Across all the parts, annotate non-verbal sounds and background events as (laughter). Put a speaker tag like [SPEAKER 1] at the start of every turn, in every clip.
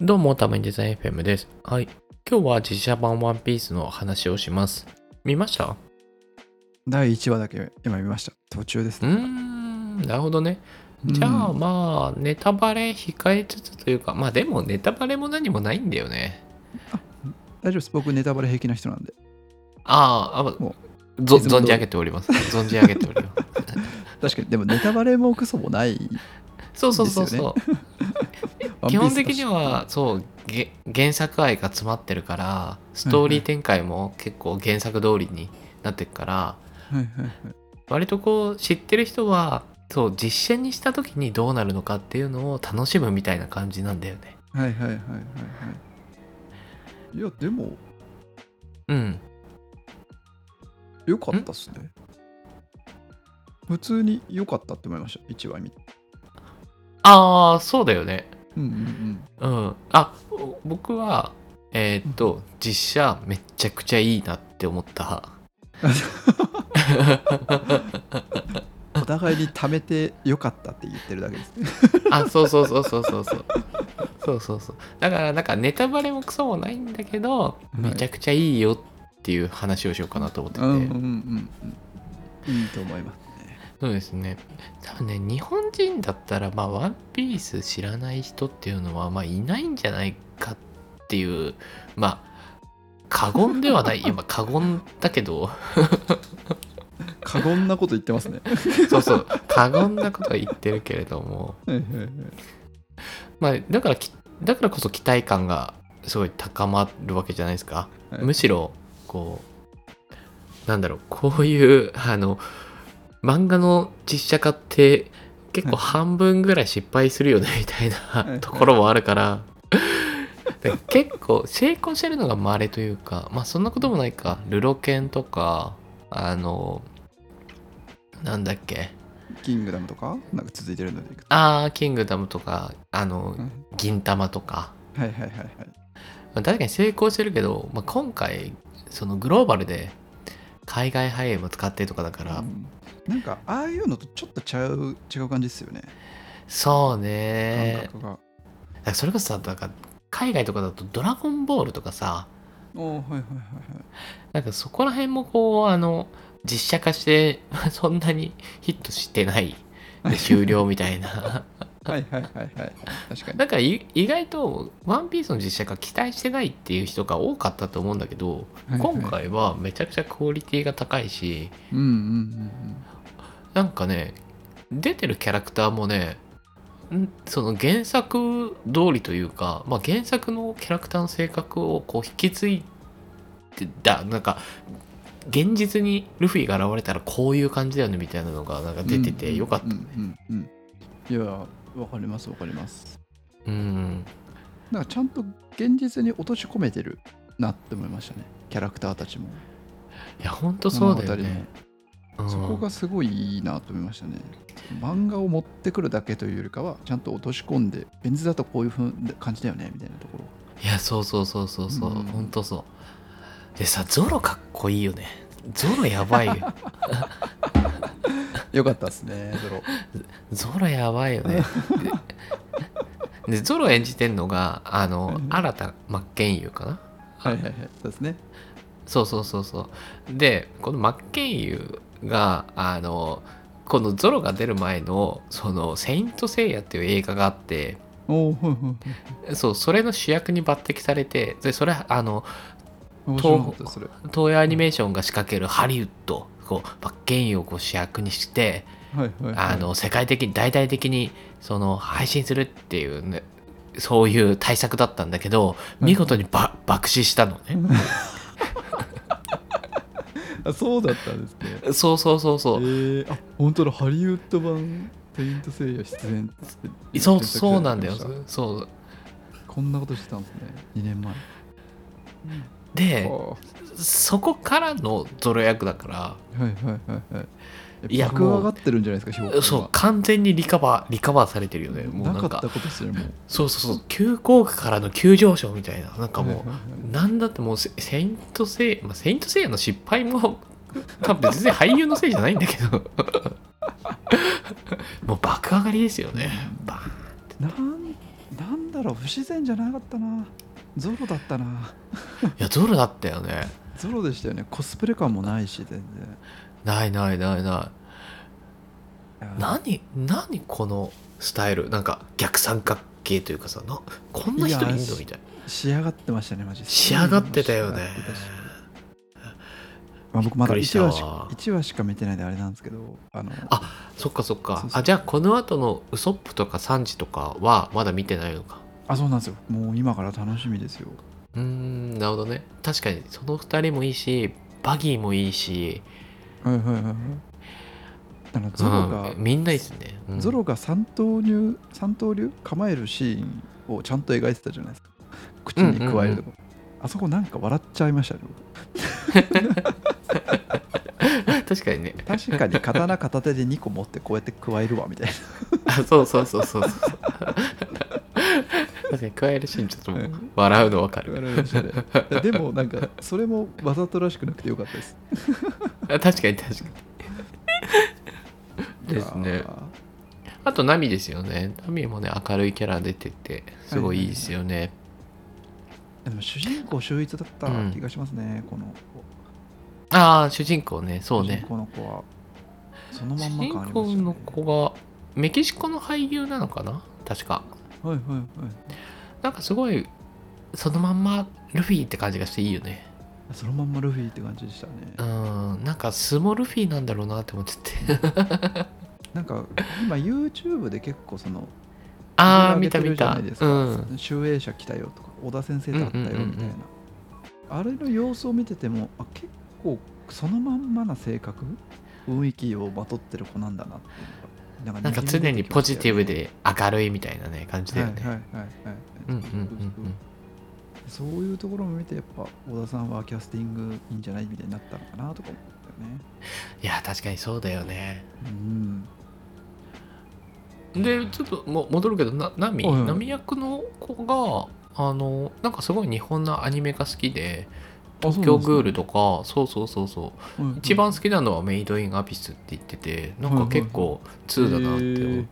[SPEAKER 1] どうも、たまにデザイン FM です。はい。今日は実写版ワンピースの話をします。見ました
[SPEAKER 2] 第1話だけ今見ました。途中です
[SPEAKER 1] うー
[SPEAKER 2] ね。
[SPEAKER 1] ん、なるほどね。じゃあ、
[SPEAKER 2] うん
[SPEAKER 1] まあ、ネタバレ控えつつというか、まあでもネタバレも何もないんだよね。
[SPEAKER 2] 大丈夫です。僕ネタバレ平気な人なんで。
[SPEAKER 1] ああ、あ
[SPEAKER 2] も
[SPEAKER 1] ぞ
[SPEAKER 2] いつも
[SPEAKER 1] 存
[SPEAKER 2] 通り
[SPEAKER 1] じ上げております。存じ上げており
[SPEAKER 2] (laughs)
[SPEAKER 1] ます。
[SPEAKER 2] 確かに、でもネタバレもクソもない。
[SPEAKER 1] そうそうそうそう。
[SPEAKER 2] ワンピ
[SPEAKER 1] 基
[SPEAKER 2] ー
[SPEAKER 1] 本
[SPEAKER 2] スだし
[SPEAKER 1] 的には、そう、げ原作愛が詰まってるから、ストーリー展開も結構原作通りになってるから、
[SPEAKER 2] はいはいはい
[SPEAKER 1] 割とこう知ってる人はそう実写にした時にどうなるのかっていうのを楽しむみたいな感じなんだよね
[SPEAKER 2] はいはいはいはいはい。いや、でも、
[SPEAKER 1] うん
[SPEAKER 2] 良かったっすね。普通に良かったって思いました。1話見て。
[SPEAKER 1] ああそうだよね
[SPEAKER 2] うんうんうん。
[SPEAKER 1] うんあお僕はえーっと実写めっちゃくちゃいいなって思った
[SPEAKER 2] お互いに貯めて良かったって言ってるだ
[SPEAKER 1] (laughs)
[SPEAKER 2] けですね。
[SPEAKER 1] あそうそうそうそうそうそうそうそうそうだからなんかネタバレもクソもないんだけど
[SPEAKER 2] い
[SPEAKER 1] めちゃくちゃいいよっていう話をしようかなと思って
[SPEAKER 2] う
[SPEAKER 1] て、
[SPEAKER 2] んうんうんうん。いいと思います。
[SPEAKER 1] そうですね多分ね日本人だったらまあ「ワンピース知らない人っていうのはまあいないんじゃないかっていうまあ過言ではないいやまあ過言だけど
[SPEAKER 2] 過言なこと言ってますね。
[SPEAKER 1] そうそう過言なことは言ってるけれども
[SPEAKER 2] はいはいはい
[SPEAKER 1] まあだからきだからこそ期待感がすごい高まるわけじゃないですか、
[SPEAKER 2] はい
[SPEAKER 1] むしろこうなんだろうこういう (laughs) あの漫画の実写化って結構
[SPEAKER 2] は
[SPEAKER 1] 半分ぐらい失敗するよね (laughs) みたい
[SPEAKER 2] は
[SPEAKER 1] ないところもあるからだから結構成功してるのがまれというかまあそんなこともないかルロケンとかあのなんだっけ
[SPEAKER 2] キングダムとか、なんか続いてるのでいくと。
[SPEAKER 1] あーキングダムとかあの
[SPEAKER 2] うん
[SPEAKER 1] 銀玉とか
[SPEAKER 2] はいはいはいはい。
[SPEAKER 1] まあ確かに成功してるけど、まあ、今回そのグローバルで海外俳優も使ってとかだから、
[SPEAKER 2] うんなんかああいうのとちょっと違う違う感じですよね、
[SPEAKER 1] そうね
[SPEAKER 2] 感覚が
[SPEAKER 1] だからそれこそさだから海外とかだと「ドラゴンボール」とかさ
[SPEAKER 2] おーはいはいはい
[SPEAKER 1] なんかそこら辺もこうあの実写化して (laughs) そんなにヒットしてないで終了みたい (laughs) な
[SPEAKER 2] はいはいはいはいはいはい確か
[SPEAKER 1] (laughs)
[SPEAKER 2] に
[SPEAKER 1] だからい意外と「ワンピースの実写化期待してないっていう人が多かったと思うんだけど
[SPEAKER 2] はいはい
[SPEAKER 1] 今回はめちゃくちゃクオリティが高いし
[SPEAKER 2] うんうんうん
[SPEAKER 1] なんかね出てるキャラクターもねんその原作通りというか、まあ、原作のキャラクターの性格をこう引き継いでたなんか現実にルフィが現れたらこういう感じだよねみたいなのがなんか
[SPEAKER 2] うん
[SPEAKER 1] 出ててよかった
[SPEAKER 2] うんうんうんうんいやわかりますわかります
[SPEAKER 1] うん
[SPEAKER 2] なんかちゃんと現実に落とし込めてるなって思いましたねキャラクターたちも
[SPEAKER 1] いやほんとそうだよ
[SPEAKER 2] 物語
[SPEAKER 1] ね
[SPEAKER 2] も、そこがすごいいいなと思いましたね漫画を持ってくるだけというよりかはちゃんと落とし込んでベン図だとこういうふうな感じだよねみたいなところ
[SPEAKER 1] うんいやそうそうそうそうそう、
[SPEAKER 2] うん
[SPEAKER 1] ほんとそうでさゾロかっこいいよねゾロやばいよ
[SPEAKER 2] よかったですねゾロ
[SPEAKER 1] ゾロやばいよ
[SPEAKER 2] (laughs)
[SPEAKER 1] ね。ででゾロ演じてんのがあの
[SPEAKER 2] うん
[SPEAKER 1] 新田真剣佑かな
[SPEAKER 2] はいはいはいそうですね
[SPEAKER 1] そうそうそうそう。でこの真剣佑があのこのゾロが出る前の「そのセイント・セイヤ」っていう映画があって
[SPEAKER 2] おおはいはい
[SPEAKER 1] そうそれの主役に抜擢されてでそれあの
[SPEAKER 2] 面白かったそれ。
[SPEAKER 1] 東映アニメーションが仕掛けるハリウッドこう真剣佑をこう主役にして
[SPEAKER 2] はいはい、はい。
[SPEAKER 1] あの世界的に大々的にその配信するっていう、ね、そういう対策だったんだけど
[SPEAKER 2] い
[SPEAKER 1] 見事にば爆死したのね、
[SPEAKER 2] あそうだったんですね。
[SPEAKER 1] そうそうそう
[SPEAKER 2] え
[SPEAKER 1] そう、
[SPEAKER 2] ー、あ本当のハリウッド版ペイントセイヤ出演って
[SPEAKER 1] そうそうなんだよ
[SPEAKER 2] 検索されて
[SPEAKER 1] そう
[SPEAKER 2] ましたこんなことしてたんですね。2年前。
[SPEAKER 1] で
[SPEAKER 2] は
[SPEAKER 1] そこからのゾロ役だか
[SPEAKER 2] いはいはいはいい。
[SPEAKER 1] や
[SPEAKER 2] や爆
[SPEAKER 1] もう
[SPEAKER 2] 上がってるんじゃないですか、評価
[SPEAKER 1] ら
[SPEAKER 2] が
[SPEAKER 1] そう完全にリカバーリカバーされてるよねもう
[SPEAKER 2] な
[SPEAKER 1] なん
[SPEAKER 2] か
[SPEAKER 1] か
[SPEAKER 2] ったことですよね、もう。
[SPEAKER 1] そうそうそう急降下からの急上昇みたいななんかもう、
[SPEAKER 2] はいはいはい
[SPEAKER 1] なんだってもうセセイントセイ、まあ、セイントセイヤの失敗も (laughs) 多分別に俳優のせいじゃないんだけど (laughs) もう爆上がりですよねバーン
[SPEAKER 2] なんなんだろだろう不自然じゃなかったなゾロだったない
[SPEAKER 1] やゾロだったよね
[SPEAKER 2] ゾロでしたよねコスプレ感もないし全然
[SPEAKER 1] ないないないない
[SPEAKER 2] いや
[SPEAKER 1] 何何このスタイルなんか逆三角形というかさなこんな人いん
[SPEAKER 2] いや
[SPEAKER 1] のみたいな
[SPEAKER 2] 仕上がってましたねマジで
[SPEAKER 1] 仕上がってたよね
[SPEAKER 2] 仕上がってたしまあ、僕まだ
[SPEAKER 1] びっくりした
[SPEAKER 2] 1
[SPEAKER 1] わ
[SPEAKER 2] 話しか1話しか見てないんであれなんですけどあの
[SPEAKER 1] そっかそっか
[SPEAKER 2] そうそう
[SPEAKER 1] あじゃあこの後のウソップとかサンジとかはまだ見てないのか
[SPEAKER 2] あそうなんですよもう今から楽しみですよ
[SPEAKER 1] うーんなるほどね確かにその2人もいいしバギーもいいし、
[SPEAKER 2] はいはいはいはいだからゾロが、
[SPEAKER 1] うんみんないいですね、うん
[SPEAKER 2] ゾロが三刀流三刀流構えるシーンをちゃんと描いてたじゃないですか口に加えるとこ、あそこなんか笑っちゃいましたね僕
[SPEAKER 1] (laughs) 確かにね
[SPEAKER 2] 確かに刀片手で2個持ってこうやって加えるわみたい
[SPEAKER 1] あそうそうそう (laughs) そうそう確かに加えるシーンちょっとも
[SPEAKER 2] う
[SPEAKER 1] うん笑うの分か
[SPEAKER 2] な
[SPEAKER 1] る、
[SPEAKER 2] いましたね
[SPEAKER 1] (laughs)
[SPEAKER 2] でもなんかそれもわざとらしくなくてよかったです
[SPEAKER 1] あ確かに確かにです
[SPEAKER 2] いや
[SPEAKER 1] ね
[SPEAKER 2] ー
[SPEAKER 1] あとナミですよねナミもね明るいキャラ出ててすごいいいですよね、
[SPEAKER 2] でも主人公秀逸だった気がしますね、この
[SPEAKER 1] ああー主人公ねそう
[SPEAKER 2] 主人
[SPEAKER 1] ね
[SPEAKER 2] 公の子はそのま
[SPEAKER 1] 主
[SPEAKER 2] んま
[SPEAKER 1] 人
[SPEAKER 2] 感ありま
[SPEAKER 1] 公
[SPEAKER 2] したね
[SPEAKER 1] の子がメキシコの俳優なのかな確か
[SPEAKER 2] はいはいはい
[SPEAKER 1] なんかすごいそのまんまルフィって感じがしていいよね
[SPEAKER 2] そのまんまルフィって感じでしたね、
[SPEAKER 1] うんなんかスモルフィなんだろうなって思っちゃ
[SPEAKER 2] (laughs)
[SPEAKER 1] って
[SPEAKER 2] なんか今 YouTube で結構その
[SPEAKER 1] ああ
[SPEAKER 2] 上
[SPEAKER 1] 見た
[SPEAKER 2] げてる
[SPEAKER 1] 見
[SPEAKER 2] じゃ
[SPEAKER 1] た
[SPEAKER 2] な
[SPEAKER 1] う
[SPEAKER 2] いですか
[SPEAKER 1] ん
[SPEAKER 2] 集英社来たよとか小田先生と会ったよみたい
[SPEAKER 1] う
[SPEAKER 2] な、
[SPEAKER 1] んうんうんうん
[SPEAKER 2] あれの様子を見ててもあ結構そのまんまな性格雰囲気をまとってる子なんだなっていうのが
[SPEAKER 1] なんか常にポジティブ
[SPEAKER 2] に
[SPEAKER 1] で明るいみたいなね感じだよね、
[SPEAKER 2] はいはいはいはい
[SPEAKER 1] うんうんうんうん
[SPEAKER 2] そういうところも見てやっぱ小田さんはキャスティングいいんじゃないみたいになったのかなとか思ったよね
[SPEAKER 1] いや確かにそうだよね
[SPEAKER 2] うん
[SPEAKER 1] でちょっともう戻るけどなナミ、
[SPEAKER 2] はいはい
[SPEAKER 1] ナミ役の子があのなんかすごい日本のアニメが好きで「東京グール」とかそうそうそうそう一番好きなのはメイドインアビスって言っててなんか結構2だ
[SPEAKER 2] (laughs)
[SPEAKER 1] なって思っ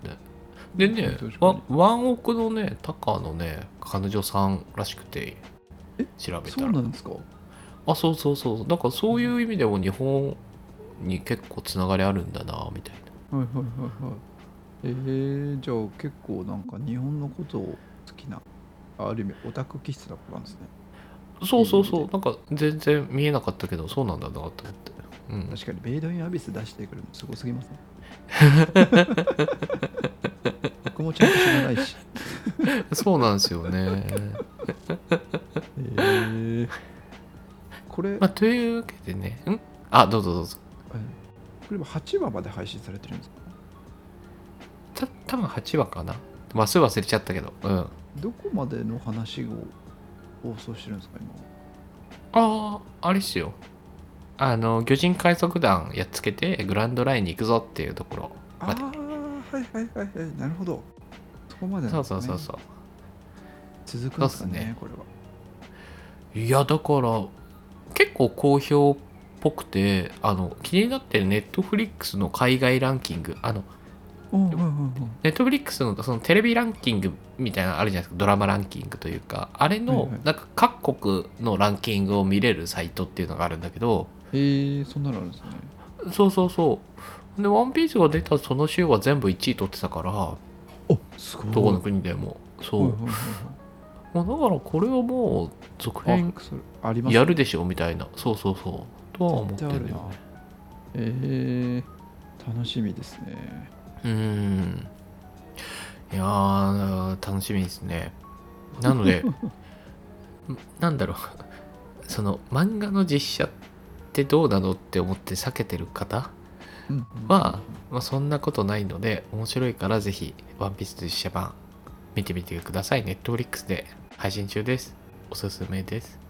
[SPEAKER 1] て、でね
[SPEAKER 2] 確か
[SPEAKER 1] ワ
[SPEAKER 2] に
[SPEAKER 1] ワンオクのねタカのね彼女さんらしくて
[SPEAKER 2] え
[SPEAKER 1] 調べ
[SPEAKER 2] そ
[SPEAKER 1] た
[SPEAKER 2] う
[SPEAKER 1] ら
[SPEAKER 2] なんですか
[SPEAKER 1] あそうそうそうだからそういう意味でも日本に結構つながりあるんだなみたいな
[SPEAKER 2] はいはいはいはい。えー、じゃあ結構なんか日本のことを好きな、あある意味オタク気質な子なんですね。
[SPEAKER 1] そうそうそ
[SPEAKER 2] いう
[SPEAKER 1] なんか全然見えなかったけどそうなんだなと思って、うん、
[SPEAKER 2] (laughs) 確かにメイドインアビス出してくるのすご
[SPEAKER 1] (laughs)
[SPEAKER 2] すぎますね。僕もちゃんと知らないし。
[SPEAKER 1] そうなんですよね。
[SPEAKER 2] (laughs) えー、これ、
[SPEAKER 1] まあ、というわけでね、んあ、どうぞどうぞ。
[SPEAKER 2] えーこれ8話まで配信されてるんですか
[SPEAKER 1] た多分8話かな。まあ、すぐ忘れちゃったけど。うん。あ
[SPEAKER 2] どこまでの話を放送してるんですか今。
[SPEAKER 1] あ、あれっすよ。あの、魚人海賊団やっつけて、グランドラインに行くぞっていうところ
[SPEAKER 2] あ
[SPEAKER 1] まで。
[SPEAKER 2] あ、はいはいはいはい。なるほど。そこまでなん
[SPEAKER 1] そう
[SPEAKER 2] です
[SPEAKER 1] そ
[SPEAKER 2] ね
[SPEAKER 1] うそうそう。
[SPEAKER 2] 続くんですか
[SPEAKER 1] そうっす
[SPEAKER 2] ね
[SPEAKER 1] ね
[SPEAKER 2] これは。
[SPEAKER 1] いやだから結構好評っぽくてあの気になってるネットフリックスの海外ランキングあの
[SPEAKER 2] うんうんうんうん
[SPEAKER 1] ネットフリックスのそのテレビランキングみたいなのあるじゃないですかドラマランキングというかあれ
[SPEAKER 2] は
[SPEAKER 1] の
[SPEAKER 2] いはい
[SPEAKER 1] なんか各国のランキングを見れるサイトっていうのがあるんだけど
[SPEAKER 2] えー、そんなのあるんですね。
[SPEAKER 1] そうそうそうで「ワンピースが出たその週は全部1位取ってたから
[SPEAKER 2] おすごい。
[SPEAKER 1] どこの国でもそう、
[SPEAKER 2] はいはい
[SPEAKER 1] まあだからこれはもう続
[SPEAKER 2] はいはい
[SPEAKER 1] 編
[SPEAKER 2] あそれあります
[SPEAKER 1] やるでしょみたいなそうそうそうとは思ってるんだ
[SPEAKER 2] 絶
[SPEAKER 1] よね
[SPEAKER 2] 対あるなえー、楽しみですね。
[SPEAKER 1] うーん。いやー、楽しみですね。なので、ん (laughs) なんだろう、その漫画の実写ってどうなのって思って避けてる方
[SPEAKER 2] うんうん
[SPEAKER 1] は、まあ、そんなことないので、面白いからぜひ、ワンピース実写版見てみてください。Netflix で配信中です。おすすめです。